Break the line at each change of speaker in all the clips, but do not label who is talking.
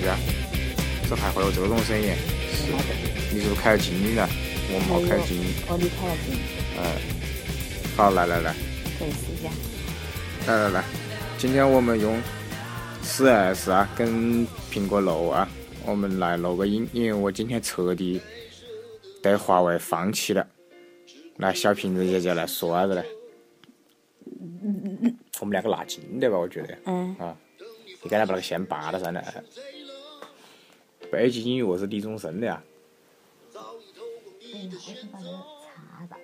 对啊，这还会有这种声音？是，你是不是开了静音了？我没开静音。
我离开了静音。
嗯，好，来来来，
可以试一下。
来来来，今天我们用四 S 啊跟苹果六啊，我们来录个音，因为我今天彻底对华为放弃了。来，小瓶子姐姐来说啥子呢？我们两个拿近点吧，我觉得。
嗯。
啊，你刚才把那个线拔了噻呢。背景音乐是李宗盛的呀。
嗯，我先把这个擦了。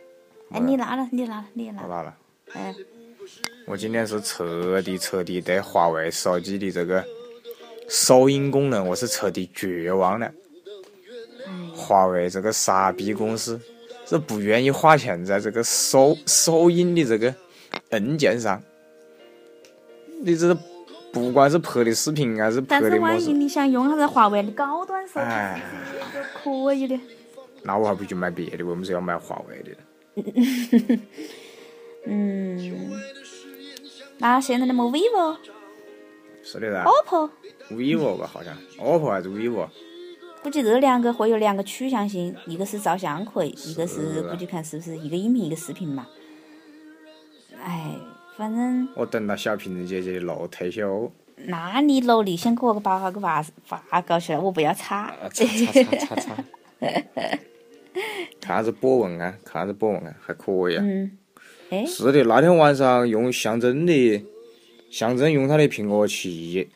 哎，你拿了，你拿了，你拿
我
了。
拿了。
哎，
我今天是彻底彻底对华为手机的这个收音功能，我是彻底绝望了。华为这个傻逼公司是不愿意花钱在这个收收音的这个硬件上。你这不管是拍的视频还是拍
但
的
是
么
万一
子，
你想用啥子华为的高端手
哎
机，就可以的。
那我还不去买别的？为么子要买华为的？
嗯。那现在的么 vivo、
是的噻
oppo，
，vivo 吧，好像，OPPO 还是 vivo？
估计这两个会有两个趋向性，一个是照相可以，一个
是
是估计看是不是一个音频一个视频嘛。哎，反正
我等到小瓶子姐姐露退休，
那你努力先给我把那个娃娃搞起来，我不要擦。
啊，擦擦擦擦擦， 看啥子博文啊，看啥子博文啊，还可以啊。
嗯，哎，
是的，那天晚上用象征的，象征用他的苹果七，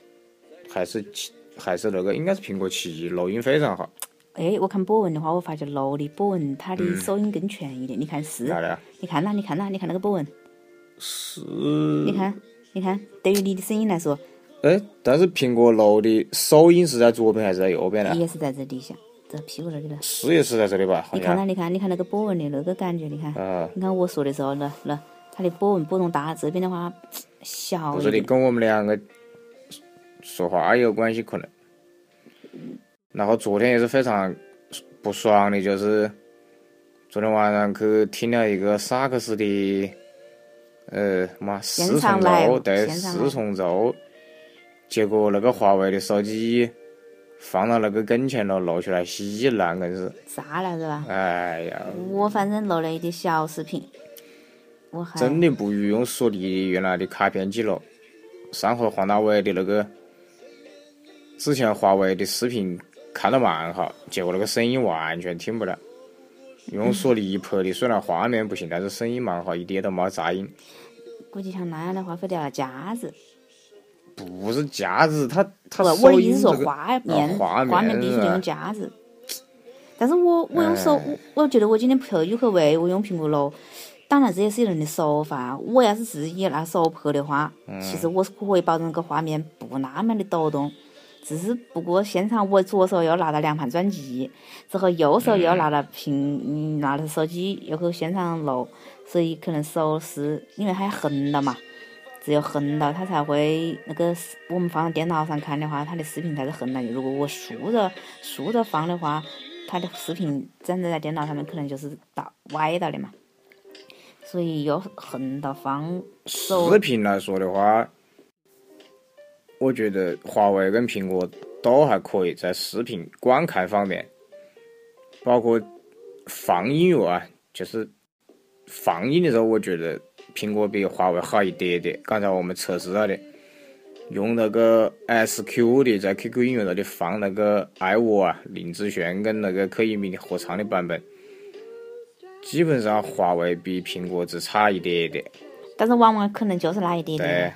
还是七，还是那个，应该是苹果七，录音非常好。
哎，我看博文的话，我发觉楼的博文它的收音更全一点。你看是，
哪里啊？
你看呐，你看呐，你看那个博文，
是。
你看，你看，对于你的声音来说，
哎，但是苹果六的收音是在左边还是在右边啊呢？
也是在这底下，这屁股那里了。
是也是在这里吧？好
你看呐，
像。
你看，你看那个博文的那个感觉，你看，
哎啊，
你看我说的时候，那那它的波纹波动大，这边的话小
我
一
说的
点。
跟我们两个说话有关系，可能。然后昨天也是非常不爽的，就是昨天晚上去听了一个萨克斯的，呃，嘛四
现场
重
live，
奏，对，
现场
四
live
重奏，结果那个华为的手机放到那个跟前了，露出来稀烂，硬是，
啥来着吧？
哎呀，
我反正录了一点小视频，我还
真的不如用索尼原来的卡片机了。上回黄大炜的那个，之前华为的视频看得蛮好，结果那个声音完全听不到。用索尼拍的，虽然画面不行，但是声音蛮好，一点都没杂音。
估计像那样的话会掉了夹子。
不是架子，它它
不，我
收
的意
音
思说
这个啊
画面，
画
画
面
面必须
是
得
吧
用夹子。但是我我用
哎
手，我我觉得我今天拍有口味，我用苹果六。当然，这也是一个人的手法。我要是自己拿手拍的话，其
嗯
实我是可以保证这个画面不那么的抖动。只是不过现场我左手要拿到两盘专辑，之后右手又要拿到屏，嗯拿到手机又去现场录，所以可能手是因为它横了嘛，只有横了它才会那个视。我们放到电脑上看的话，它的视频才是横了的。如果我竖着竖着放的话，它的视频站在在电脑上面可能就是倒歪到的嘛。所以要横到放手
视频来说的话，我觉得华为跟苹果都还可以，在视频观看方面，包括放音乐啊，就是放音的时候，我觉得苹果比华为好一点点。刚才我们测试到的，用那个 SQ 的在 QQ 音乐那里放那个《爱我》啊，林志炫跟那个柯以敏合唱的版本。基本上华为比苹果只差一点点，
但是往往可能就是那一点
对
点。，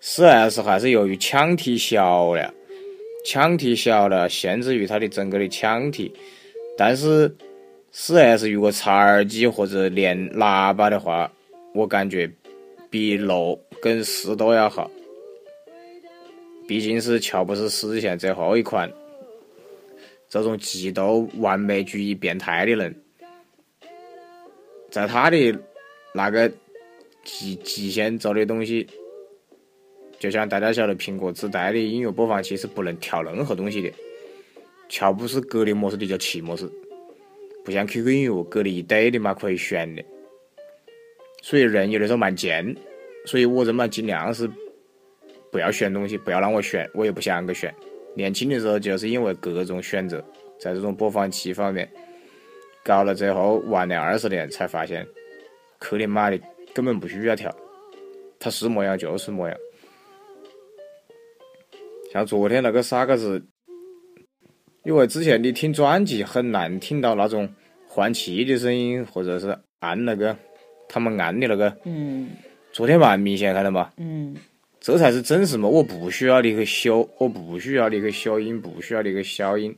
四 S 还是由于腔体小了，腔体小了，限制于它的整个的腔体。但是四 S 如果插耳机或者连喇叭的话，我感觉比六跟十都要好，毕竟是乔布斯死前最后一款这种极度完美主义变态的人，在他的那个极极限走的东西，就像大家晓得，苹果自带的音乐播放器是不能调任何东西的，乔布斯给的模式就叫气模式，不像 QQ 音乐给了一堆的嘛可以选的。所以人有的时候蛮贱，所以我人嘛尽量是不要选东西，不要让我选，我也不想去选。年轻的时候就是因为各种选择，在这种播放器方面搞了之后，玩了二十年才发现，去你妈的根本不需要调，它是么样就是么样。像昨天那个啥个子，因为之前你听专辑很难听到那种换气的声音，或者是按那个。他们按的那个，
嗯
昨天蛮明显，看到嘛？
嗯
这才是真实嘛！我不需要你去修，我不需要你去修音，不需要你去消音。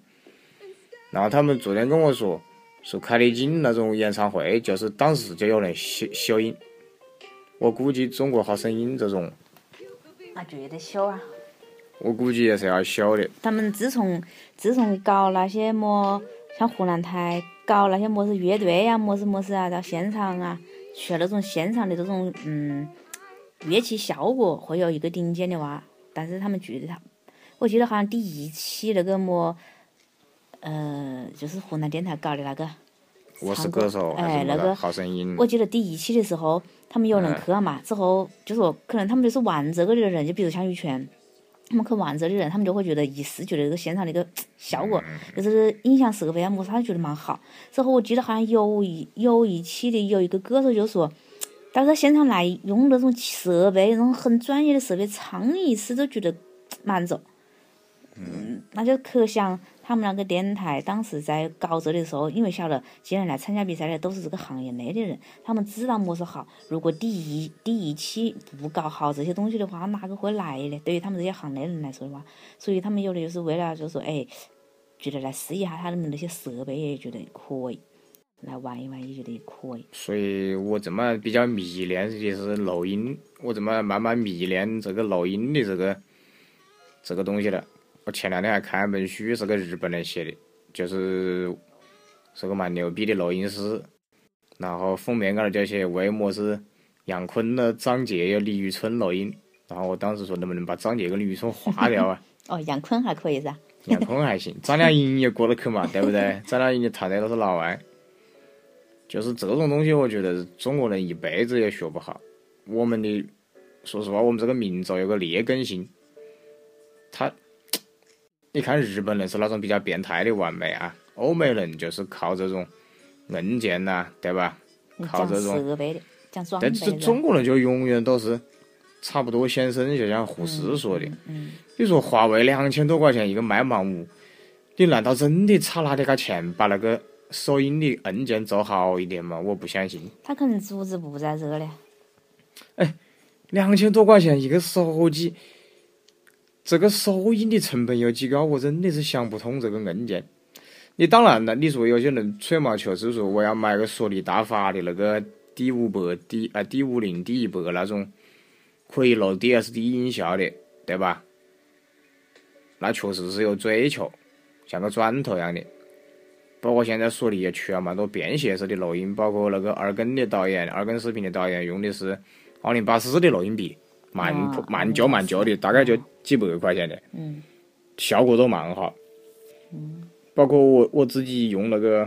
然后他们昨天跟我说，说凯丽金那种演唱会，就是当时就有人修修音。我估计《中国好声音》这种，
那绝对秀啊！
我估计也是要修的。
他们自从自从搞那些么，像湖南台搞那些么是乐队呀、么是么是啊，到现场啊，除了那种现场的这种嗯乐器效果会有一个顶尖的哇，但是他们觉得他，我记得好像第一期那个么，呃，就是湖南电台搞的那个，
我是歌手还是
哎
什么
那
的
个
好声音？
我记得第一期的时候，他们有人去了嘛，之后就说可能他们就是玩这个的人，就比如像羽泉，他们去玩这个的人，他们就会觉得一时觉得这个现场的一个效果，就是音响设备啊么啥，觉得蛮好。之后我记得好像有一有一期的有一个歌手就说，到这现场来用那种设备，那种很专业的设备，唱一次都觉得满足。嗯，那就可想他们那个电台当时在搞这的时候，因为晓得既然来参加比赛的都是这个行业内的人，他们知道么是好。如果第一第一期不搞好这些东西的话，哪个会来呢？对于他们这些行内人来说的话，所以他们有的就是为了就说，哎，觉得来试一下他们那些设备，也觉得可以，来玩一玩也觉得也可以。
所以我怎么比较迷恋的是录音，我怎么慢慢迷恋这个录音的这个这个东西了。我前两天还看一本书，是个日本人写的，就是是个蛮牛逼的录音师，然后封面高头就写为么是杨坤的张杰有李宇春录音，然后我当时说能不能把张杰跟李宇春划掉啊？
哦，杨坤还可以噻，
杨坤还行，张靓颖也过得去嘛，对不对？张靓颖的团队都是老外，就是这种东西，我觉得中国人一辈子也学不好。我们的，说实话，我们这个民族有个劣根性，他，你看日本人是那种比较变态的完美啊，欧美人就是靠这种硬件呐、对吧？靠
讲
这种
设备的，讲装备
但是
的。
中国人就永远都是差不多先生，就像胡适说的。
嗯
你说华为两千多块钱一个麦芒五，你难道真的差那点个钱把那个收音的硬件做好一点吗？我不相信。
他可能组织不在这嘞。
两千多块钱一个手机，这个收音的成本有几高？我真的是想不通这个硬件。你当然了，你说有些人吹毛求疵说我要买个索尼大法的那个 D 五百、D 啊 D 五零、D 一百那种可以录 DSD 音效的，对吧？那确实是有追求，像个砖头一样的。包括现在索尼也出了蛮多便携式的录音，包括那个二更的导演、二更视频的导演用的是二零八四的录音笔，蛮
啊
蛮旧蛮旧的，大概就几百块钱的。
嗯
效果都蛮好。包括我我自己用那个，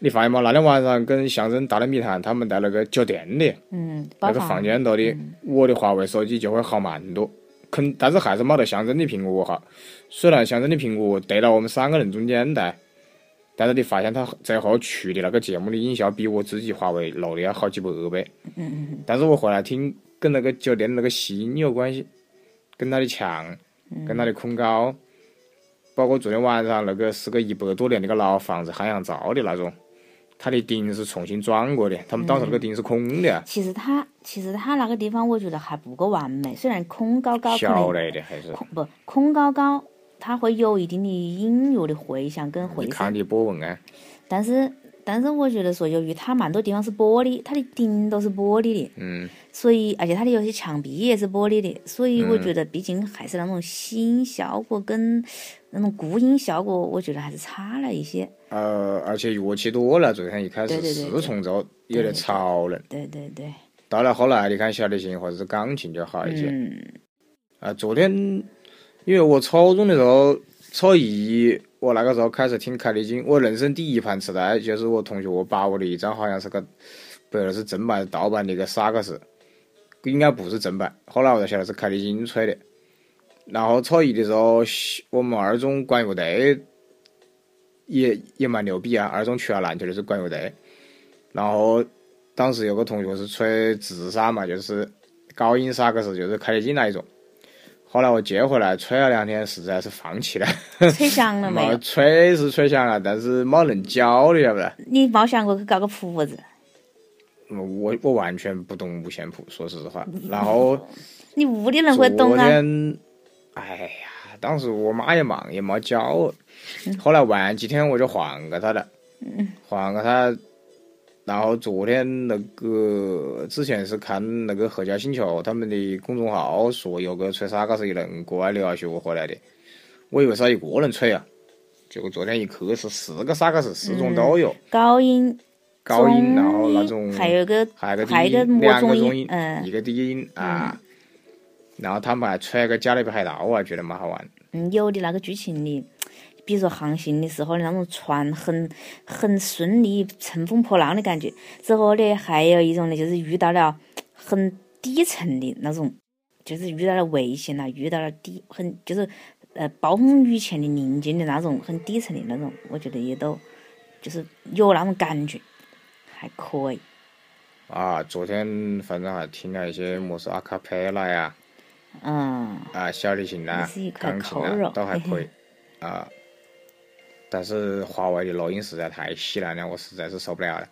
你发现吗？那天晚上跟象征大内密谈他们在那个酒店里
嗯，包
那
嗯
个房间头的，我的华为手机就会好蛮多。肯，但是还是没得象征的苹果好。虽然象征的苹果对到我们三个人中间带，但是你发现它最后出的那个节目的音效比我自己华为录的要好几百倍。
嗯嗯
但是我回来听跟那个酒店那个吸音有关系，跟它的墙，
嗯
跟它的恐高，包括昨天晚上那个是个一百多年那个老房子汉阳造的那种，它的顶是重新装过的，他们当
嗯
时那个顶是空的，啊
其实他其实他那个地方我觉得还不够完美，虽然空高高可
小
能
类的还是。
空不空高高，它会有一定的音乐的回响跟回
你
声
看，你波纹啊，
但是但是我觉得说，由于它蛮多地方是玻璃，它的顶都是玻璃的，
嗯，
所以而且它的有些墙壁也是玻璃的，所以我觉
嗯
得毕竟还是那种吸音效果跟那种孤音效果，我觉得还是差了一些。
呃，而且乐器多了，昨天一开
对
始
对对
四
对
重奏有点吵人，
对对对，
到了后来你看小提琴或者是钢琴就好一些，
嗯，
啊、昨天因为我初中的时候，初一，我那个时候开始听凯丽金，我人生第一盘磁带就是我同学我把我的一张好像是个，不晓得是正版还是盗版的一个萨克斯，应该不是正版，后来我才晓得是凯丽金吹的。然后初一的时候，西我们二中管乐队也也蛮牛逼啊，二中除了篮球就是管乐队。然后当时有个同学是吹直萨嘛，就是高音萨克斯，就是开得进那一种。后来我接回来吹了两天，实在是放弃了。
吹响了没
没
有？
吹是吹响了，但是没人教的，晓不得？
你没想过去搞个谱子？
我我完全不懂五线谱，说实话。然后
你屋里 人会懂
昨
啊？
天，哎呀，当时我妈也忙，也没教我。
嗯
后来玩几天我就还给她了，还给她。然后昨天那个之前是看那个合家星球他们的公众号说有个吹萨克斯的人国外留学回来的，我以为是他一个人吹啊，结果昨天一去是四个萨克斯，四
嗯
种都有，
高音、
高音，
中
然后那种
还有一个
还有个低
还有一个
音，
摸
两
中
个
音
中音，
嗯
一个低音啊。然后他们还吹了个《加勒比海盗》，我还觉得蛮好玩。
嗯，有的那个剧情里，比如说航行的时候那种船很很顺利、乘风破浪的感觉。之后呢，还有一种呢，就是遇到了很低沉的那种，就是遇到了危险了，遇到了低很就是呃暴风雨前的宁静的那种很低沉的那种，我觉得也都就是有那种感觉，还可以。
啊，昨天反正还听了一些么是阿卡贝拉呀，
嗯，
啊，小提琴
也
啦
是一、块
钢琴
烤肉
啦，都还可
嘿
以啊。但是华为的录音实在太稀烂了，我实在是受不了了。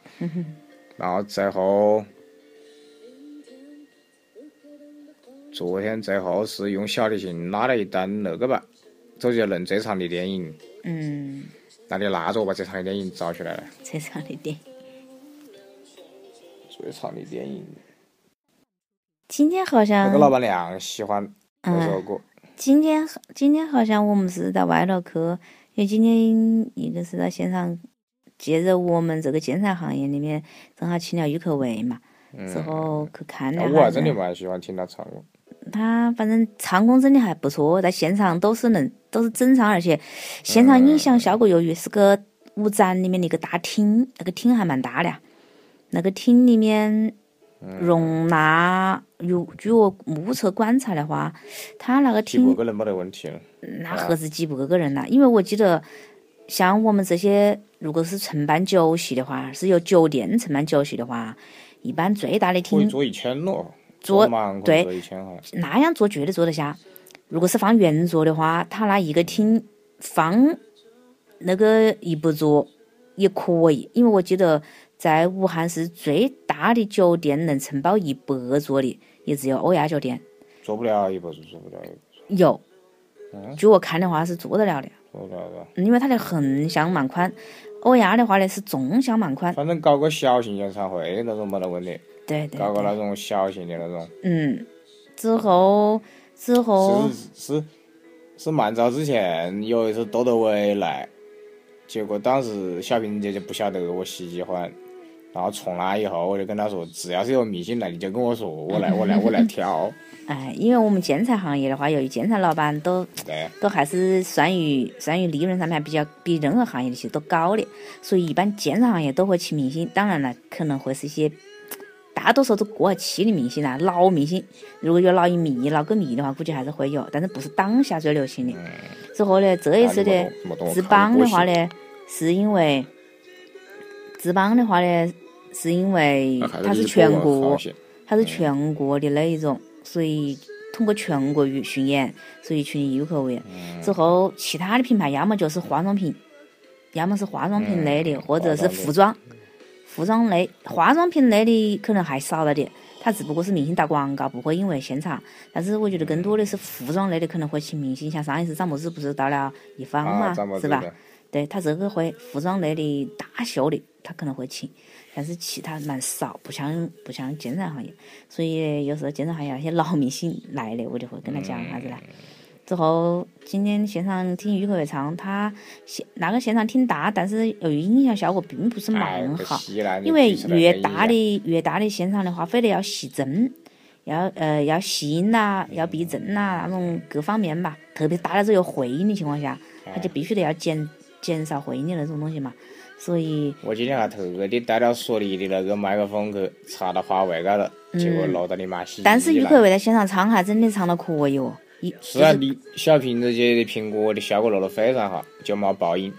然后最后，昨天最后是用小提琴拉了一段那个吧，周杰伦最长的电影。
嗯，
那你拿着我把最长的电影找出来了。
这样的点。
最长的电影，
今天好像
那个老板娘喜欢那首
嗯。
歌。
今天今天好像我们是在外头去，因为今天一个是在现场，接着我们这个建材行业里面正好请了郁可唯嘛，之后去看了
那嗯啊我还真的
下。
蛮喜欢听她唱歌。
他反正唱功真的还不错，在现场都是能都是正常，而且现场音响效果由于是个舞展里面的一个大厅，那个厅还蛮大的啊，那个厅里面
嗯
容纳，如据我目测观察的话，他那个
几
厅
百个人没得问题了。
那何止几百个人呐、因为我记得，像我们这些如果是承办酒席的话，是由酒店承办酒席的话，一般最大的
可以
厅
做一千咯，
做
满可以
对
做一千哈。
那样做绝对坐得下。如果是放圆桌的话，他那一个厅放那个一百桌也可以，因为我记得在武汉是最大的酒店能承包一百桌的，也只有欧亚酒店
做不了也不是做不了，
有。据我看的话是做得了的，
做不了的。
因为它的横向蛮宽，欧亚的话呢是纵向蛮宽。
反正搞个小型演唱会那种没得问题，
对对
搞个那
对，
种小型的那种，
嗯，之后之后
是是是蛮早之前有一次窦德伟来，结果当时小平姐姐不晓得我喜欢，然后从那以后我就跟她说，只要是有明星来你就跟我说，我来 我来我来 挑，
哎，因为我们建材行业的话，由于建材老板都
对，
都还是算于算于利润上面还比较比任何行业的其实都高的，所以一般建材行业都会请明星，当然了，可能会是一些大多数都过了期的明星啦，老明星，如果有老一迷、老歌迷的话，估计还是会有，但是不是当下最流行
哎
的。之后呢，这一次呢。
没懂，
职棒的话呢，是因为职棒的话呢，是因为它是全国，它是全国的那一种，所以通过全国巡巡演，所以群游客为。
嗯
之后，其他的品牌要么就是化妆品，要么是化妆品类
嗯
的，或者是服装，服装类、化妆品类的可能还少了点。它只不过是明星打广告，不会因为现场。但是我觉得更多的是服装类的可能会请明星，像上一次张柏芝不是到了一方嘛，
啊，张柏
是
芝
吧？
的
对他这个会服装类的大秀的，他可能会请，但是其他蛮少，不像不像建材行业，所以有时候建材行业那些老明星来了，我就会跟他讲啥子啦。之后今天现场听郁可唯唱，他现那个现场挺大，但是由于音响效果并不是
哎
蛮
可
好，
惜了你
因为
提出来啊
越
跟你
大
一样
的越大的现场的话，非得要洗真，要呃要吸引呐，要避震呐，那种
嗯
各方面吧。特别大家都有回音的情况下，它
哎
就必须得要减减少回音的那种东西嘛。所以
我今天还特地带了索尼的那个麦克风去插到花卉高头，结果落到你妈洗衣机
嗯但是郁
了
可唯在现场唱还真的唱了可以哦，一
是
就
啊，
是
你小瓶子姐的苹果的效果落得非常好，就没爆音。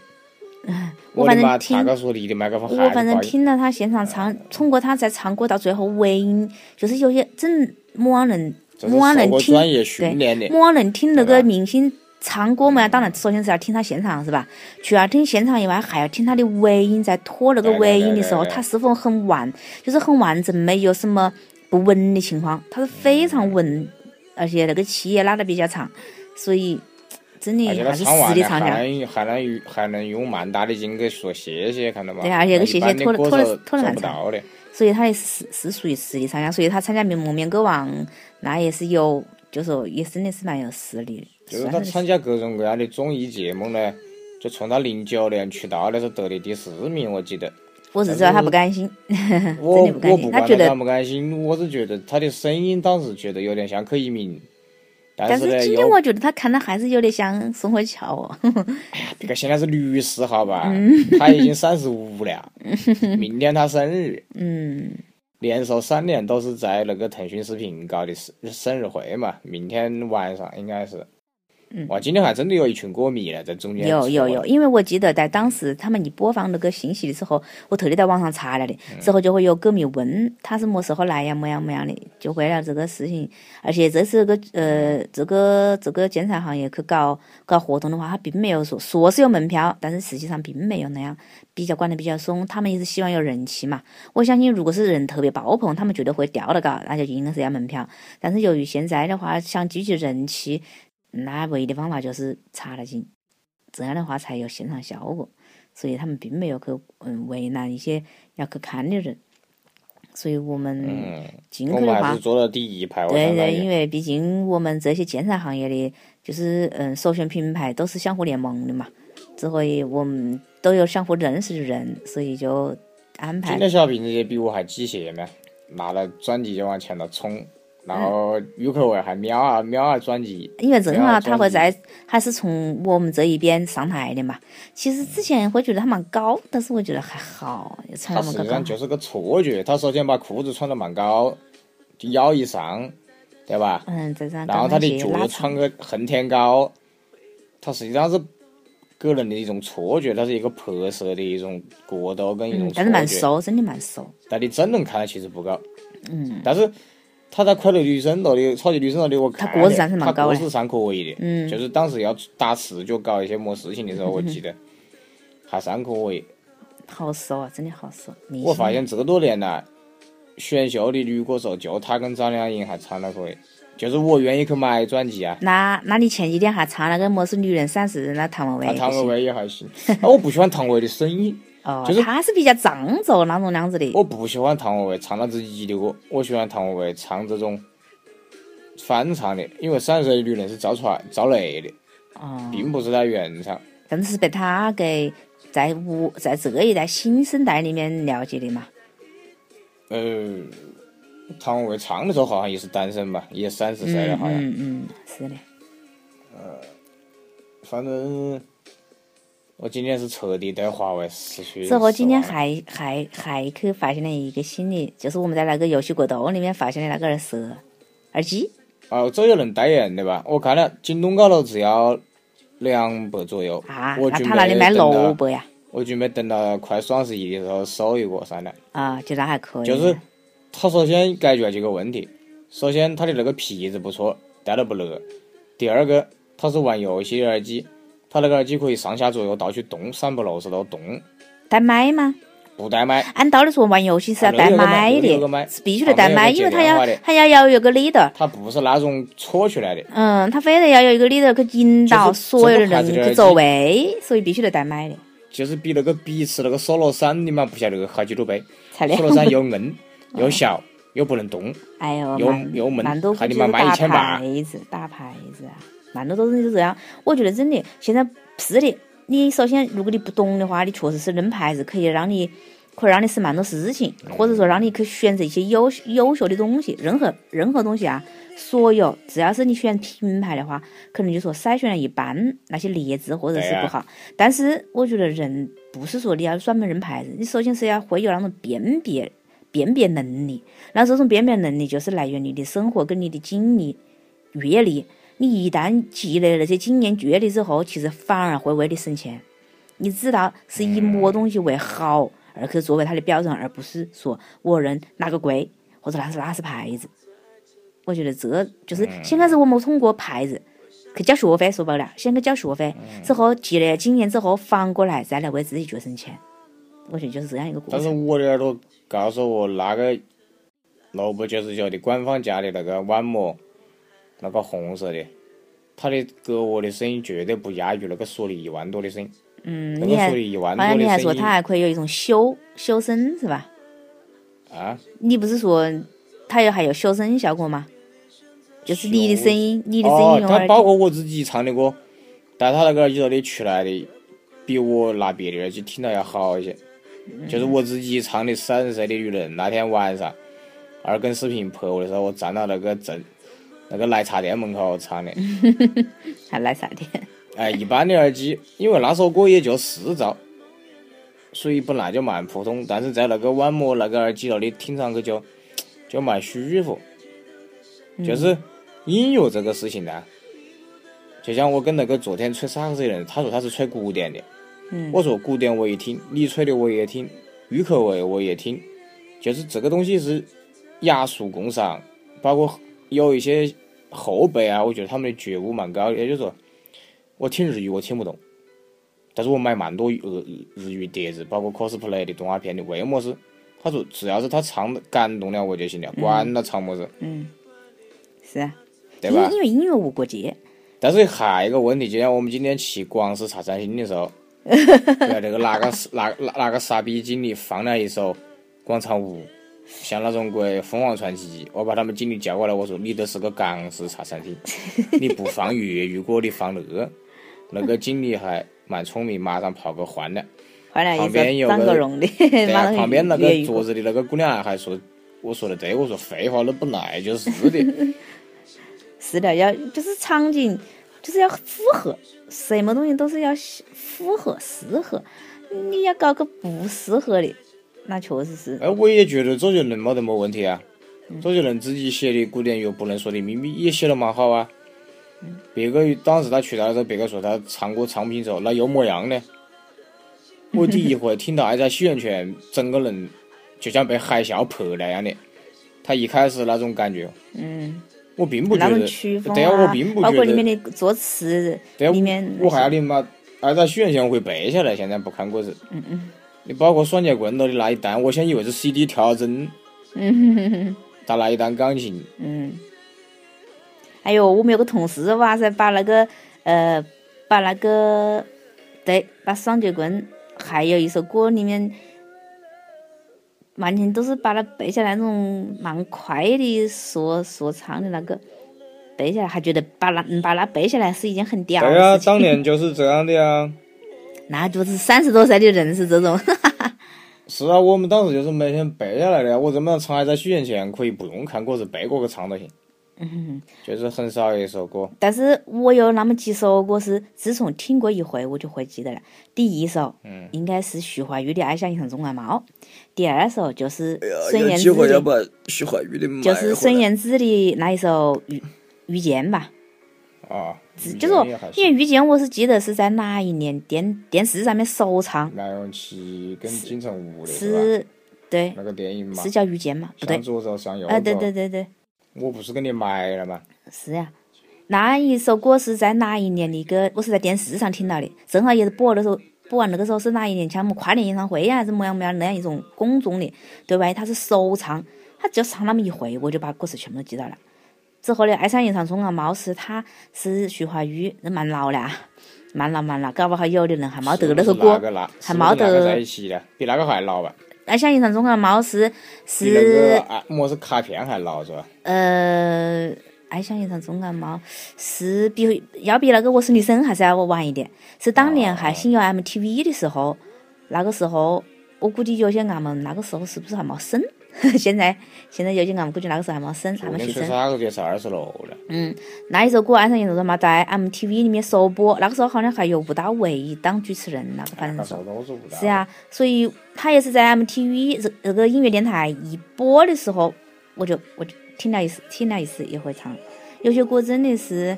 我
我
的
反正
妈，
听
查个说你的麦克风
我
还
反
是哎
正
爆音。
听了他现场唱，通过他在唱歌到最后尾音，就是有些真莫让人
这是
莫让
受
人
过
听
专业
对
训练的，
莫让人听那
对
个
吧嗯
明星唱歌嘛，当然首先是要听他现场是吧？除了听现场以外，还要听他的尾音，在拖那个
对对
尾音
对
的
对
时候，
对
他是否很完，就是很完整，没有什么不稳的情况，他是非常
嗯
稳，而且那个气也拉得比较长，所以真的
而且
还
他
是
唱
实
完
力
了
唱
还
起来。
能还能还能用蛮大的劲去说谢谢，看到吗？
对啊而且
那
个
一
谢谢
般的
拖了
歌
拖了
手
拖了
做
很
不
长
到的。
所以他也是是属于实力唱家，所以他参加《蒙面歌王》那也是有，就说也真的是蛮有实力的，
就是
算
他
是
参加各种各样的综艺节目呢，就从他零九年出道那时候得的第四名，我记得。
我只知道他不甘心，
我
真的不甘
我
心
不
他
管
觉
他
得
甘不甘心，我是觉得他的声音当时觉得有点像柯以敏，但
但
是
是
呢
今
又
天我觉得他看的还是有点像宋慧乔哦。
别个现在是律师，好吧？
嗯
他已经三十五了， 明天他生日，
嗯，
连续三年都是在那个腾讯视频搞的生生日会嘛。明天晚上应该是，哇，今天还真的有一群歌迷了，在中间
嗯有有
说
有，因为我记得在当时他们一播放那个信息的时候，我特地在网上查了的，之后就会有歌迷问他是么时候来呀，么样么样的，就为了这个事情，而且这次这个呃这个这个建材行业去搞搞活动的话，他并没有说说是有门票，但是实际上并没有那样，比较管得比较松，他们也是希望有人气嘛。我相信如果是人特别爆棚，他们绝对会掉的嘎，那就应该是要门票。但是由于现在的话，想聚集人气，那唯一的方法就是查了进。这样的话才有现场效果。所以他们并没有去嗯为难一些要去看的人。所以我们
嗯，
进
我们
去的
还
话
是，坐到第一排，我
对
相当
对，因
于。
为毕竟我们这些建材行业的，就是嗯首选品牌都是相互联盟的嘛，之后也我们都有相互认识的人，所以就安
今
排
天小平子也比我还机械呢，拿了专辑就往前头冲，然后
嗯
郁可唯还瞄啊瞄啊专辑，
因为正
不
好
要
他
着
会
急
在，还是从我们这一边上台的嘛。其实之前会觉得他蛮高，但是我觉得还好，也穿
他
那么
实
个
际
高
上。就是个错觉。他首先把裤子穿得蛮高，就腰以上，对吧？
嗯，再这样
然后
高
他
跟
的
鞋
脚
又拉
又穿
长，
个横天高，他实际上是给人的一种错觉，它是一个拍摄的一种角度跟一种
嗯
错，觉。
但是蛮瘦，真的蛮瘦。
但你真人看他其实不高。嗯。但是他在快乐女声那里、超级女声那里，我看
他个子上是蛮高的
他个子上可以的。
嗯
就是当时要打赤脚搞一些么事情的时候，我记 得还算可以。
好瘦啊，真的好瘦。明星
我发现这多年来，选秀的女歌手就她跟张靓颖还唱得可以。就是我愿意去买专辑啊，
那那你前几天还唱那个么是女人三十，那谭维
那
维
唐
不行
维也还行。啊，我不喜欢唐维的声音，
哦
就是，
他是比较藏族那种样子的。
我不喜欢唐维维唱他自己的歌，我喜欢唐维维唱这种翻唱的，因为三十岁的女人是赵传赵雷的，
哦，
并不是他原唱。
但是是被他给在我在这一代新生代里面了解的嘛。
呃，唐维维唱的时候好像也是单身吧，也三十岁了
嗯
好像。
嗯嗯，是的。
反正我今天是彻底对华为失去。
之后今天。还还还去发现了一个新的，就是我们在那个游戏国度里面发现的那个耳蛇耳机。
哦，这有人代言的吧？我看了，京东高头只要两百左右。
啊，
我
那
准
他那里
备
卖
等到
萝卜呀？
我准备等到快双十一的时候收一个算了。
啊，就那还可以。
就是它首先解决几个问题，首先它的那个皮子不错，戴了不热。第二个，它是玩游戏的耳机，它那个耳机可以上下左右到处动，三百六十度动，
带麦吗？
不带麦。
按道理说玩游戏是要
啊那
带
个有个麦有个
麦的，
麦
是必须得带
旁边
麦，
有个
因为他
接电
要
话的
他要要有个 leader，
它不是那种搓出来的，
嗯，他非得要有一个 leader 去引导
就是
所有的
这个牌子
人
的
去走位，所以必须得带麦的，
就是比那个比吃那个 Solo 三，你妈不晓得好几多 倍。
才两
Solo 三又硬又小又不能动，
哎呦，
有
蛮
有门
蛮多
还
估
得
计
买
是
买1000吧
大牌子，大牌子啊，蛮多都是这样。我觉得真的，现在是的，你首先如果你不懂的话，你确实是认牌子可以让你可以让你省蛮多事情，或者说让你去选择一些优优秀的东西。任何任何东西啊，所有只要是你选品牌的话，可能就说筛选了一半那些劣质或者是不好。但是我觉得人不是说你要专门认牌子，你首先是要会有那种辨别辨别能力。那这种辨别能力就是来源于你的生活跟你的经历、阅历。你一旦积累了这经验、阅历之后，其实反而会为你省钱。你知道是以么东西为好，而去作为它的标准，而不是说我认哪个贵或者哪是哪是牌子。我觉得这就是先开始我们通过牌子去交学费，说白了，先去交学费，之后积累了经验之后，反过来再来为自己觉省钱。我觉得就是这样一个过
但是
程。
我的耳朵告诉我，那个六百九十九的官方家的那个万某，那个红色的，它的给我的声音绝对不亚于那个说的一万多的声音。
嗯，
那
你
个
还
说的一万
好像你
多
还
的
说
声音
它还可以有一种修修身是吧？
啊，
你不是说它有还有修身效果吗？就是你的声音，你的声
哦
音，用
它
耳
包
机。
括我自己唱的歌，但它那个耳机头里出来的，比我拿别的耳机听到要好一些。
嗯
就是我自己唱的《三十岁的女人》，那天晚上，二更视频拍我的时候，我站到那个正那个奶茶店门口唱的。
还来啥的？
哎，一般的耳机，因为那首歌也就四兆，所以本来就蛮普通，但是在那个万魔那个耳机那里听上去就就蛮舒服。就是音乐这个事情呢，就像我跟那个昨天吹萨克斯的人，他说他是吹古典的，
嗯
我说古典我也听，你吹的我也听，郁可唯我也听，就是这个东西是雅俗共赏，包括有一些后辈啊，我觉得他们的觉悟蛮高的，也就是说，我听日语我听不懂，但是我买蛮多日日语碟子，包括 cosplay 的动画片的，为么事？他说只要是他唱得感动了我就行了，管他唱么子，
嗯，是啊，
对
因
吧
为？因为音乐无国界，
但是还有一个问题，就像我们今天去广式茶餐厅的时 候，对啊，那个哪个哪哪哪个傻逼经理放了一首《广场舞》，像那种鬼凤凰传奇，我把他们经理叫过来，我说你这是个港式茶餐 厅，你不放粤语歌，你放那个，那个经理还蛮聪明，马上跑过换了。
换来一
旁边
首
有
张
个
国荣的，
对
马
啊，
上
旁边那
粤
个
语
桌
歌
子的那个姑娘还说，我说的对，我说废话，那本来就是的。
是的，要就是场景，就是要符合，什么东西都是要符合适合，你要搞个不适合的，那确实是，
哎，我也觉得周杰伦没得么问题啊。周杰伦自己写的古典乐《不能说的秘密》也写得蛮好啊。别个当时他出道的时候，别个说他唱歌唱不清楚，那又么样呢？我第一回听到爱在西元前，整个人就像被海啸拍那样的。他一开始那种感觉，
嗯，
我并不觉
那
得
种曲，风
对啊，我并不
包
觉
括
得
里面的作词，
对啊，
里面
我我还要你妈，按照许愿线我会背下来，现在不看歌词。嗯嗯。你包括双截棍那里那一段，我先以为是 CD 调整。他那一段钢琴，
嗯，哎呦，我们有个同事哇塞，把那个呃，把那个对，把双截棍，还有一首歌里面，完全都是把它背下来那种蛮快的说说唱的那个背下来，还觉得把那嗯把它背下来是一件很屌
对啊，
的事情。
当 年就是这样的啊呀。
那就是三十多岁的人是这种，
是啊，我们当时就是每天背下来的呀。我怎么样唱爱在许愿线可以不用看歌词背过个唱都行。
嗯
就是很少一首歌，
但是我有那么几首歌是自从听过一回我就会记得了。第一首，应该是徐怀钰的《爱像一场中华猫》，第二首就是
哎
孙燕姿的，
徐怀钰的
就是孙燕姿的那一首《遇遇见》吧。
啊，
就是说因为《遇见》，我是记得是在哪一年电电视上面首唱，
梁咏琪跟金城武的吧？
是，对，
那个电影嘛，
是叫《遇见》嘛？不对
向，左手向右
啊，对
走
对对对，
我不是给你买了吗？
是呀、那一首歌是在哪一年的一个？我是在电视上听到的，正好也是播那时候，播完那个时候是哪一年？像我们跨年演唱会呀、还是么样么样啊那样一种公众的，对吧？它是首唱，它就唱那么一回，我就把歌词全部都记到了。之后呢，《爱上一场中华猫》是它是徐怀钰，那蛮老了啊，蛮老蛮老，搞不好有的人还没得那首
是
歌。
不是哪个拿
还没得
是不是哪个在一起的，比那个还老吧？
爱上一场中华猫是
比那个
是
啊，么是卡片还老是吧？
呃，爱像一场中感冒是比要比那个我是女生还是要晚一点，是当年还兴有 MTV 的时候，那个时候我估计有些俺们那个时候是不是还没升？ 现在现在有些俺们估计那个时候还没升，还没
去
去升。
那个就是二十六了，
嗯，那一首歌《爱上一座没在 MTV 里面首播，那个时候好像还有吴大维当主持人，那个反
那
正
时
是
候都是不大。
是啊，所以他也是在 MTV 这这个音乐电台一播的时候，我就我就听了一次听了一次也会唱，有些歌真的是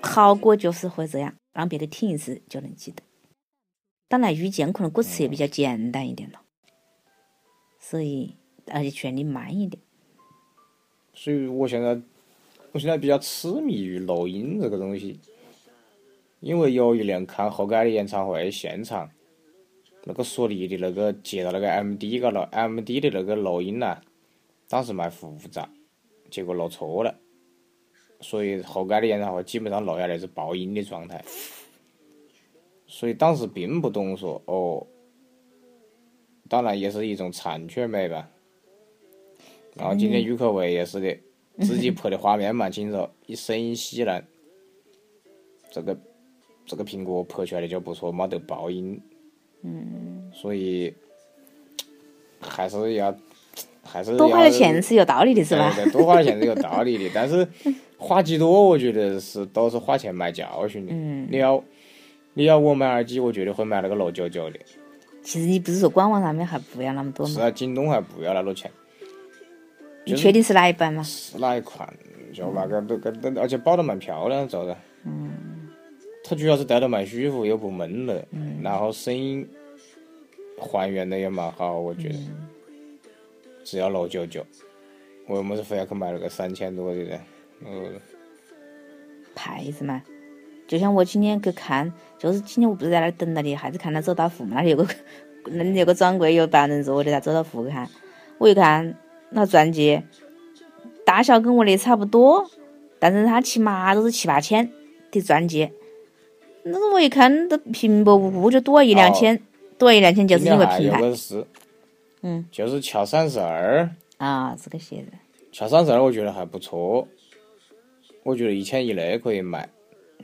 好歌就是会这样，让别人听一次就能记得。当然，遇见可能歌词也比较简单一点了，所以而且旋律慢一点。
所以我现在，我现在比较痴迷于录音这个东西，因为有一年看何盖的演唱会现场，那个索尼的那个接到那个 MD 个了，MD 的那个录音呐、当时卖复杂，结果录错了，所以何盖的演唱会基本上录下来是爆音的状态，所以当时并不懂说哦，当然也是一种残缺美吧。然后今天郁可唯也是的，
嗯
自己拍的画面蛮清楚，一声音稀烂。这个这个苹果拍出来的就不错，没得爆音。嗯。所以还是要还是
多花点
要
钱是有道理的，是吧？
对对，多花钱是有道理的，但 是花几多，我觉得是都是花钱买教训的。
嗯
你要你要我买耳机，我绝对会买那个六九九的，
其实你不是说官网上面还不要那么多
是
吗？
啊，京东还不要那个钱，
你确定是哪一版吗？
是哪一款？就那
嗯
个那个，那而且包的蛮漂亮，做的。嗯。它主要是戴的蛮舒服，又不闷了，
嗯
然后声音还原的也蛮好，我觉得。
嗯
只要六九九，我们是非要去买那个三千多的呢，嗯。
牌子嘛。就像我今天去看，就是今天我不是在那儿等那里，还是看到走到湖嘛，那里有个那里有个专柜有帮人做的，在走到湖看，我一看那专辑，大小跟我的差不多，但是它起码都是七八千的专辑。那个我一看，这平白无故就多一两千，多一两千就是
今
因为
天还啊
品
哦有
牌
个是，
嗯，
就是乔三十二，
啊，这个鞋子，
乔三十二我觉得还不错，我觉得一千以内可以买。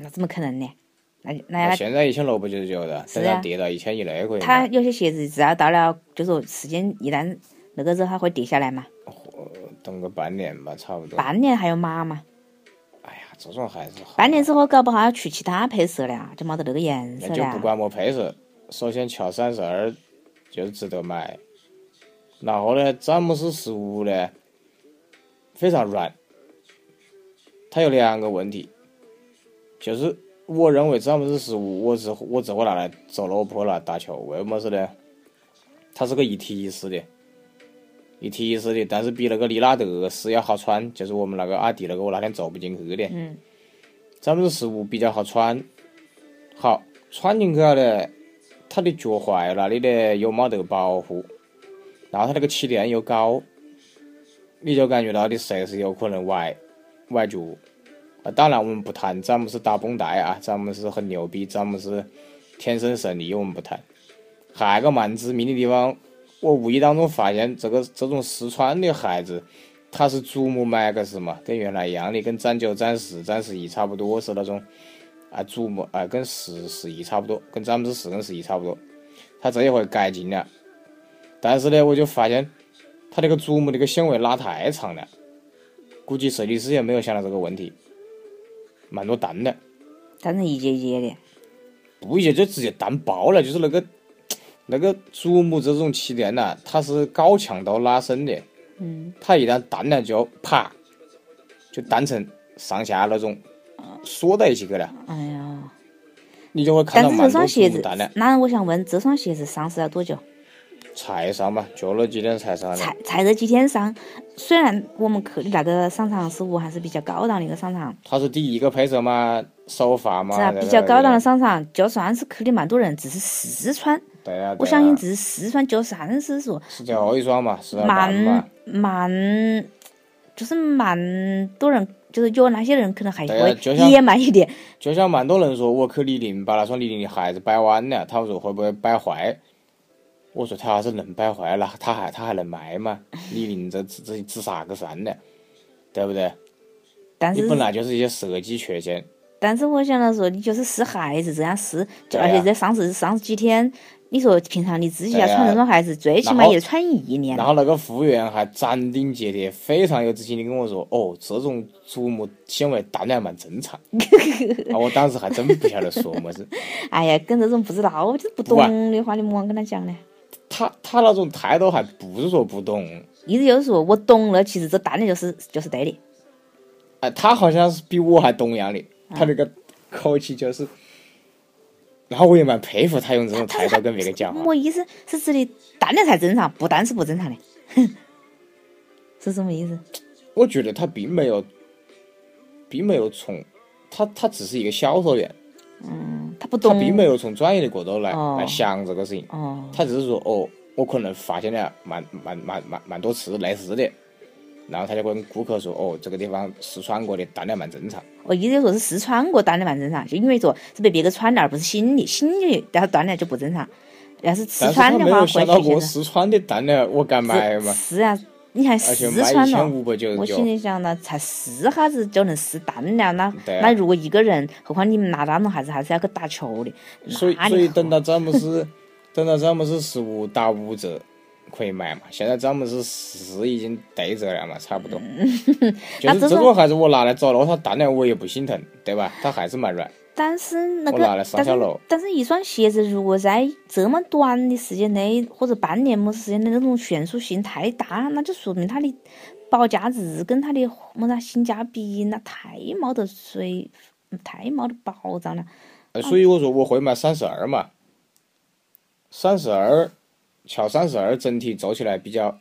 那怎么可能呢？那就那
那
要
现在一千六百九十九的，现
是
在
啊
跌到一千以内可以
它
买。
有些鞋子只要到了，就说时间一旦那个时候它会跌下来嘛，
等个半年吧，差不多。
半年还有码嘛，
哎呀，这种还是好
半年之后搞不好要出其他配色了呀，就没得那个颜色啊
那
了
就不
呀。
管么配色，首先乔三十二就值得买，然后呢，詹姆斯十五呢非常软，它有两个问题，就是我认为詹姆斯十五我只我只会拿来走落坡了打球，为么事呢？它是个一体一式的，一体一式的，但是比那个利拉德是要好穿，就是我们那个阿迪那个我那天走不进去的，
嗯，
詹姆斯十五比较好穿，好穿进去了嘞，他的脚踝那里嘞又没得保护，然后他那个气垫又高，你就感觉到你随时有可能崴崴脚。啊，当然我们不谈詹姆斯打绷带啊，詹姆斯很牛逼，詹姆斯天生神力，我们不谈。还有一个蛮致命的地方，我无意当中发现这个这种四川的孩子，它是祖母 Max 嘛，跟原来一样的，跟战九、战十、战十一差不多，是那种啊祖母啊跟十、十一差不多，跟詹姆斯十跟十一差不多。它这一回改进了，但是呢，我就发现它这个祖母这个纤维拉太长了，估计设计师也没有想到这个问题，蛮多蛋的。
反正一节一节的，
不一些就直接弹爆了，就是那个那个祖母这种气垫呐、它是高强度拉伸的，
嗯，
它一旦弹了就啪，就弹成上下那种缩在一起去了，
哎呀，
你就会看
但
到
是这
蛮
双
多祖
鞋
母
子
弹的，，
那我想问，这双鞋子上市要多久？
才上吧，就那几天才上的，
才才这几天上，虽然我们去的那个商场似乎还是比较高档的一个商场，
它是第一个配色嘛，首发嘛
是啊，，
这个
比较高档的，商场，就算是去的蛮多人，只是四川，
对呀、对啊，
我相信只是四川就算是说
是最后一双嘛，是慢嘛
蛮，蛮，就是蛮多人，就是有那些人可能还
对啊
会
就像
野蛮一点，
就像蛮多人说，我去李宁把那双李宁的鞋子掰弯了，他们说会不会掰坏？我说他要是能掰坏了，他还他还能卖吗？ 李宁这这这指啥个算呢？对不对？
但
你
是
本来就是一些设计缺陷，
但是我想到说，你就是试鞋子这样试，
对
就而且
呀
在上市上市几天，你说平常你自己家
对啊
穿这种鞋子，最起码也穿一年
然。后那个服务员还斩钉截铁、非常有自信的跟我说：“哦，这种竹木纤维当然蛮正常。”啊，我当时还真不晓得说么子。
哎呀，跟这种不知道就是不懂的话，你莫跟他讲嘞。
他他那种态度还不是说不懂，
意思就是说我懂了，其实这当然就是就是对的。
哎，他好像是比我还懂样的，
嗯
他那个口气就是。然后我也蛮佩服他用这种态度跟别个讲话，
我意思是指的当然才正常，不但是不正常的，哼， 是什么意思？
我觉得他并没有，并没有从，他他只是一个销售员，
他不
他
懂。
并没有从专业的角度来、
哦
来想这个事情。
哦，
他只是说哦，我可能发现了蛮蛮蛮蛮蛮多次类似的，然后他就跟顾客说哦，这个地方试穿过的，当然蛮正常。
我意思就是说是试穿过，当然蛮正常，就因为说是被别个穿的，而不是新的，新的然后当然就不正常。要是试
但是
穿
他
的
没
话，
有
会
想到
出
过
现
试穿的，当然我敢买
的
嘛，
是啊，你看
而且
试
卖
穿
一千
了。
五百九
我
十
心
九，
里想呢，才试哈子就能试淡了，那
对啊
那如果一个人，何况你们拿那种孩子还是要去打球的，
所以
哪里
所以
好
等到詹姆斯等到詹姆斯十五打五折。可以买嘛？现在詹姆斯十已经对折了嘛，差 不多。就
那
是这
这种
种还是我拿来找了，他当然我也不心疼，对吧？他还是蛮软。
但是那
我拿
个
来，上
但
下
是
楼
但是一双鞋子如果在这么短的时间内，或者半年么时间内，那种悬殊性太大，那就说明它的保价值跟它的么啥性价比，那太没得水，太没得保障了。
呃，
嗯
所以我说我会买三十二嘛，三十二，乔三十二整体走起来比较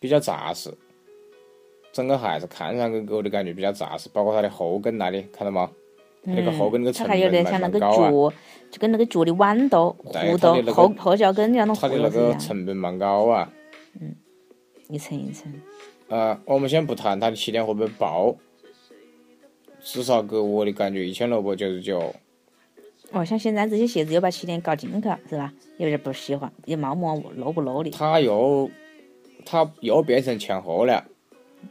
比较扎实，整个鞋子看上去给我的感觉比较扎实，包括它的后跟那里，看到没？它那个后跟那个
它
成
还有
本
点像
蛮
那
蛮
个
高啊，
脚，就跟那个脚的弯道、
对它
弧度
的那、个
后后脚跟那种
它的
弧
那
度是一
个
样，
成本蛮高啊。
一层一层。
呃，我们先不谈它的气垫会不会薄，至少给我的感觉一千六百九十九，
哦，像现在这些鞋子又把气垫搞进去，是吧？有点不喜欢，也毛毛露不露的。
它又它又变成前后了，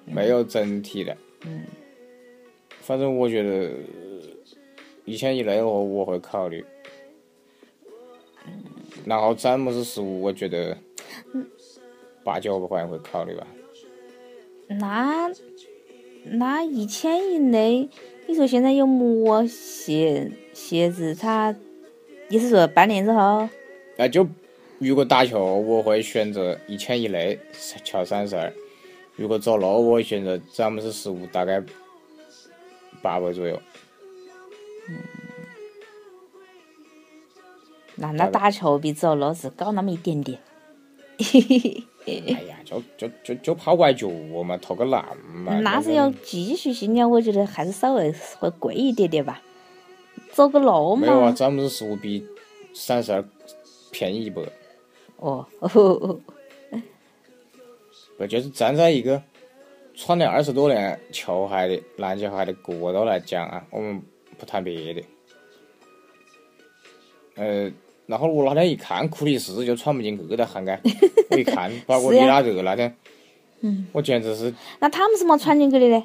没有整体了。反正我觉得一千以内我我会考虑。然后詹姆斯十五，我觉得八九百块会考虑吧。
那那一千以内，你说现在有么鞋鞋子？它意思说半年之后，
那哎就如果打球，我会选择一千以内乔三十二；如果走路，我会选择詹姆斯十五，大概八百左右。
那那打球比走路是高那么一点点。
哎呀，就就就就怕崴脚嘛，投个篮嘛。
那是
个
要继续性了，我觉得还是稍微会贵一点点吧。走个路
没有啊，
嘛，
詹姆斯十五比三十二便宜一百，
哦，哦
不就是站在一个穿了二十多年球鞋的篮球鞋的角度来讲啊，我们不谈别的。呃，然后我那天一看，库里斯就穿不进去的涵盖，我一 看，包括
是
米
呀
拉德那天，嗯，我简直是
那他们是么穿进去的嘞？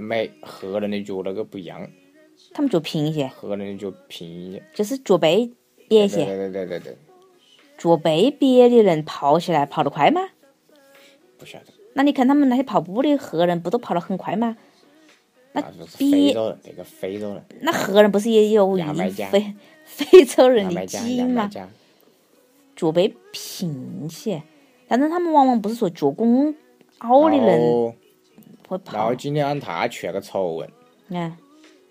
没荷兰的脚那个不一样，
他们脚平一些，
荷兰的脚平一些，
就是脚背瘪一
对对
些，
对对对对，
脚背瘪的人跑起来跑得快吗？
不晓得，
那你看他们那些跑步的荷人不都跑得很快吗？那
那啊是非
比
洲人，那个非洲人。
那荷人不是也有
牙买
一
加
非 非洲人
牙
的
买加，
基
牙
因
买
吗？
加，
脚背平些，但是他们往往不是说脚弓凹的
然
人
后，
会
然后
跑，
今天安踏出了个丑闻，
嗯，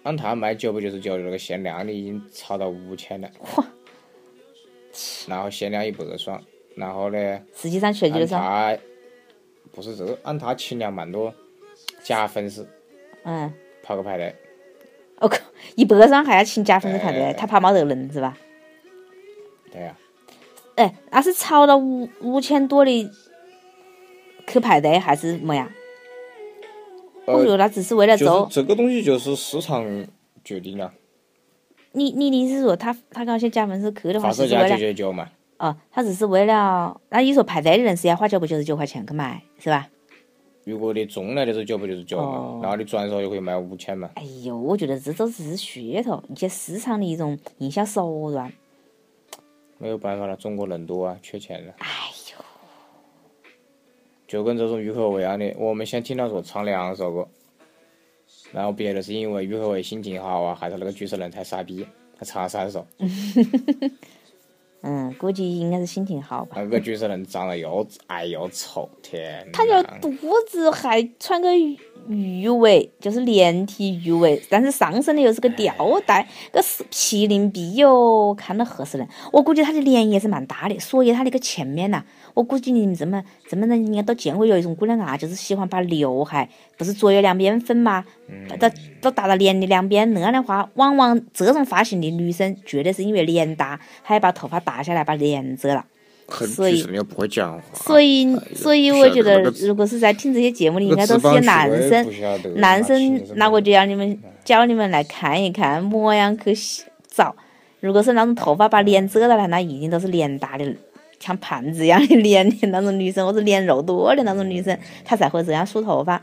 安踏卖九百九十九的那个限量的已经炒到五千了，
嚯，
然后限量一百双，然后呢，
实际上设计
安
的是，
踏不是这个，安踏请了蛮多假粉丝
嗯，
跑个排队，
我靠， 一百双还要请假粉丝排
哎哎
队
哎，
他怕没得人是吧？
对呀、
哎，那是炒到五五千多的去排队还是么呀？我觉
呃，
得那只是为了
就
走
是。这个东西就是市场决定了，
你你的意思是说他他搞些假粉丝去的话，
发
只
售
是
价
为了
九九九嘛，
哦，他只是为了，那你说排队的人是要花九百九十九块钱去买，是吧？
如果你中了就是九百九十九嘛
哦，
然后你转手就可以卖五千嘛，
哎呦，我觉得这都只是噱头，一些市场的一种营销手段。
没有办法了，中国人多啊，缺钱了。
哎呦，
就跟这种郁可唯一样的，啊我们先听到说唱两首歌，然后别的是因为郁可唯心情好啊，还是那个主持人太傻逼，他唱三首，
嗯，估计应该是心情好吧。
那个主持人长得又矮又丑，天
他
呐
有肚子，还穿个鱼鱼尾，就是连体鱼尾，但是上身的又是个吊带，个是麒麟臂哟，看到吓死人。我估计他的脸也是蛮大的，所以他那个前面呐、我估计你们这么这么人应该都见过有一种姑娘啊，就是喜欢把刘海不是左右两边分嘛，把它都打到脸的两边，那样的话，往往这种发型的女生绝对是因为脸大，还要把头发打下来把脸遮了。
很
所以
主持人又不会讲话，
所以，所以我觉
是的
得
那，
如果是在听这些节目的，
那
应该都
脂
是
肪
些男
血
生
不。晓得
男
哪
生
去，
那我就要你们教你们来看一看，么样去洗找。如果是那种头发把脸遮到了，那一定都是脸大的，像盘子一样的脸的那种女生，或者脸肉多的那种女生，她才会这样梳头发。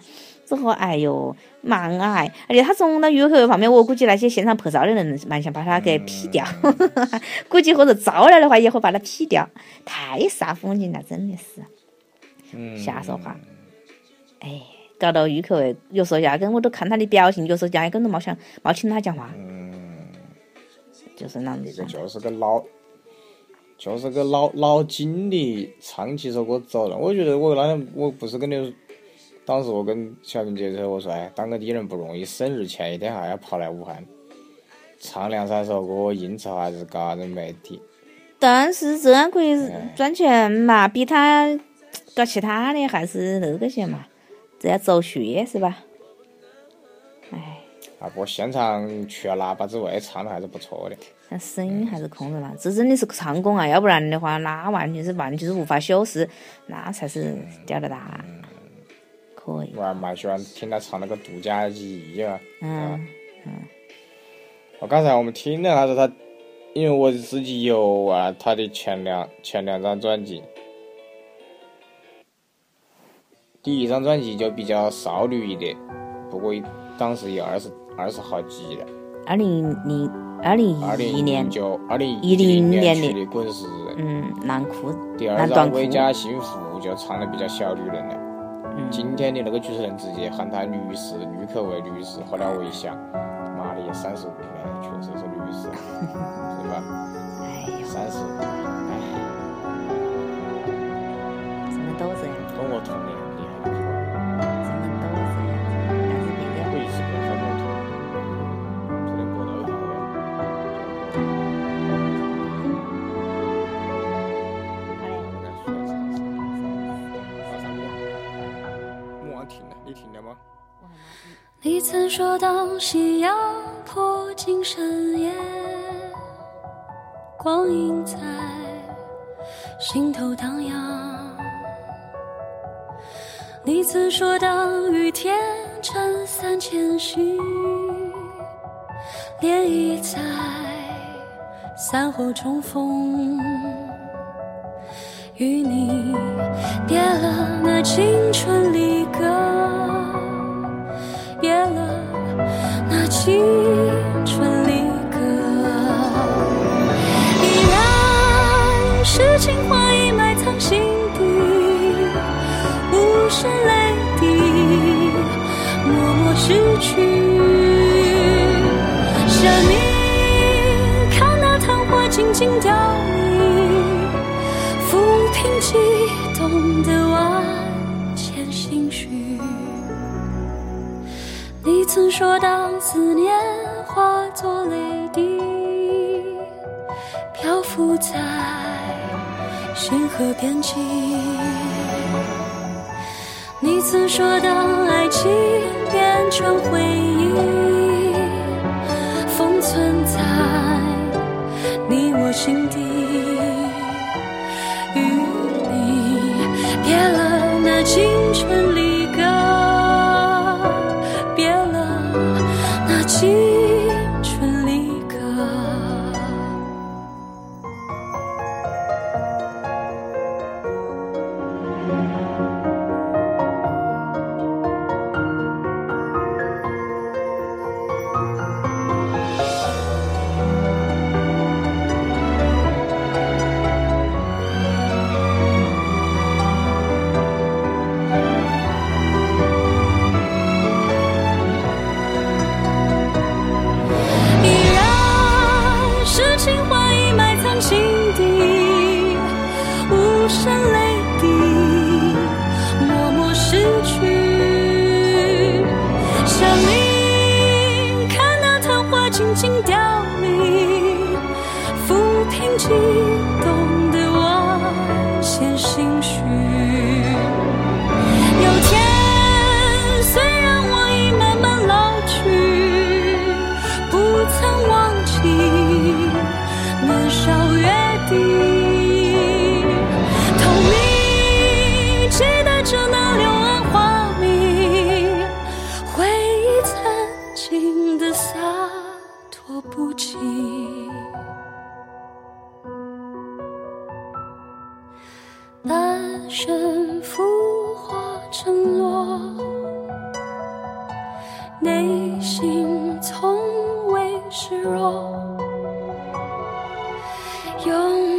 之后，哎呦，蛮矮，而且她从那约会旁边，我估计那些现场拍照的人蛮想把她给 P 掉，估计或者招来的话也会把她 P 掉，太煞风景了，真的是。
嗯
瞎说话。哎，搞到郁可唯，有时候压根我都看他的表情，有时候压根都没想没听他讲话，
嗯，
就是那
这
种。
就是个老，就是个老老经理，唱几首歌走了。我觉得我那天我不是跟你，当时我跟小明姐说，我说哎，当个艺人不容易，生日前一天还要跑来武汉，唱两三首歌应酬还是搞啥子媒体。
但是这样可以赚钱嘛，比他搞其他的还是那个些嘛，这要走穴是吧？哎，
啊，不过现场去了喇叭之外唱的还是不错的。
那声音还是控制嘛，这真的是个唱功啊，要不然的话，那完全是完全是无法修饰，那才是吊得大。可以，
我还蛮喜欢听他唱那个《独家记忆》啊。
嗯，
我刚才我们听了他说他，因为我自己有啊他的前两前两张专辑，第一张专辑就比较少女一点，不过当时也二十二十好几了，
二零零二零
二
一
零
一年，
九二零
10
零
年
去
的
的滚石，
嗯，男裤，
第
那
二张
短
《
裤
为家幸福》就唱的比较小女人了。
嗯
今天的那个主持人直接喊她律师，郁可唯律师。后来我一想，妈的也三十五了，确实是律师，是吧？
哎呦。
三十，哎，
怎么都这样，
跟我同年龄，
怎么都这样，但是别
我
个
一直跟反正同，只能过到一块我该说啥
好嘞。
子？发啥火？莫忘停了，你停了吗？
你曾说，当夕阳破进深夜，光影在心头荡漾。你曾说，当雨天撑伞前行，涟漪在伞后重逢。与你别了那青春离歌，别了那青春离歌。依然是情话已埋藏心底，无声泪滴，默默逝去。生命看那昙花静静凋零，抚平激动的万千心绪。你曾说，当思念化作泪滴，漂浮在星河边际。你曾说，当爱情变成回忆，封存在你我心底。与你别了那青春离歌，别了那青春离歌。
嗯，
声泪滴，默默逝去。想你，看那昙花静静凋零，抚平激动的我先心虚。有天，虽然我已慢慢老去，不曾忘记年少约定。同你记得着那柳暗花明，回忆曾经的洒脱不羁。半生浮华沉落，内心从未示弱，永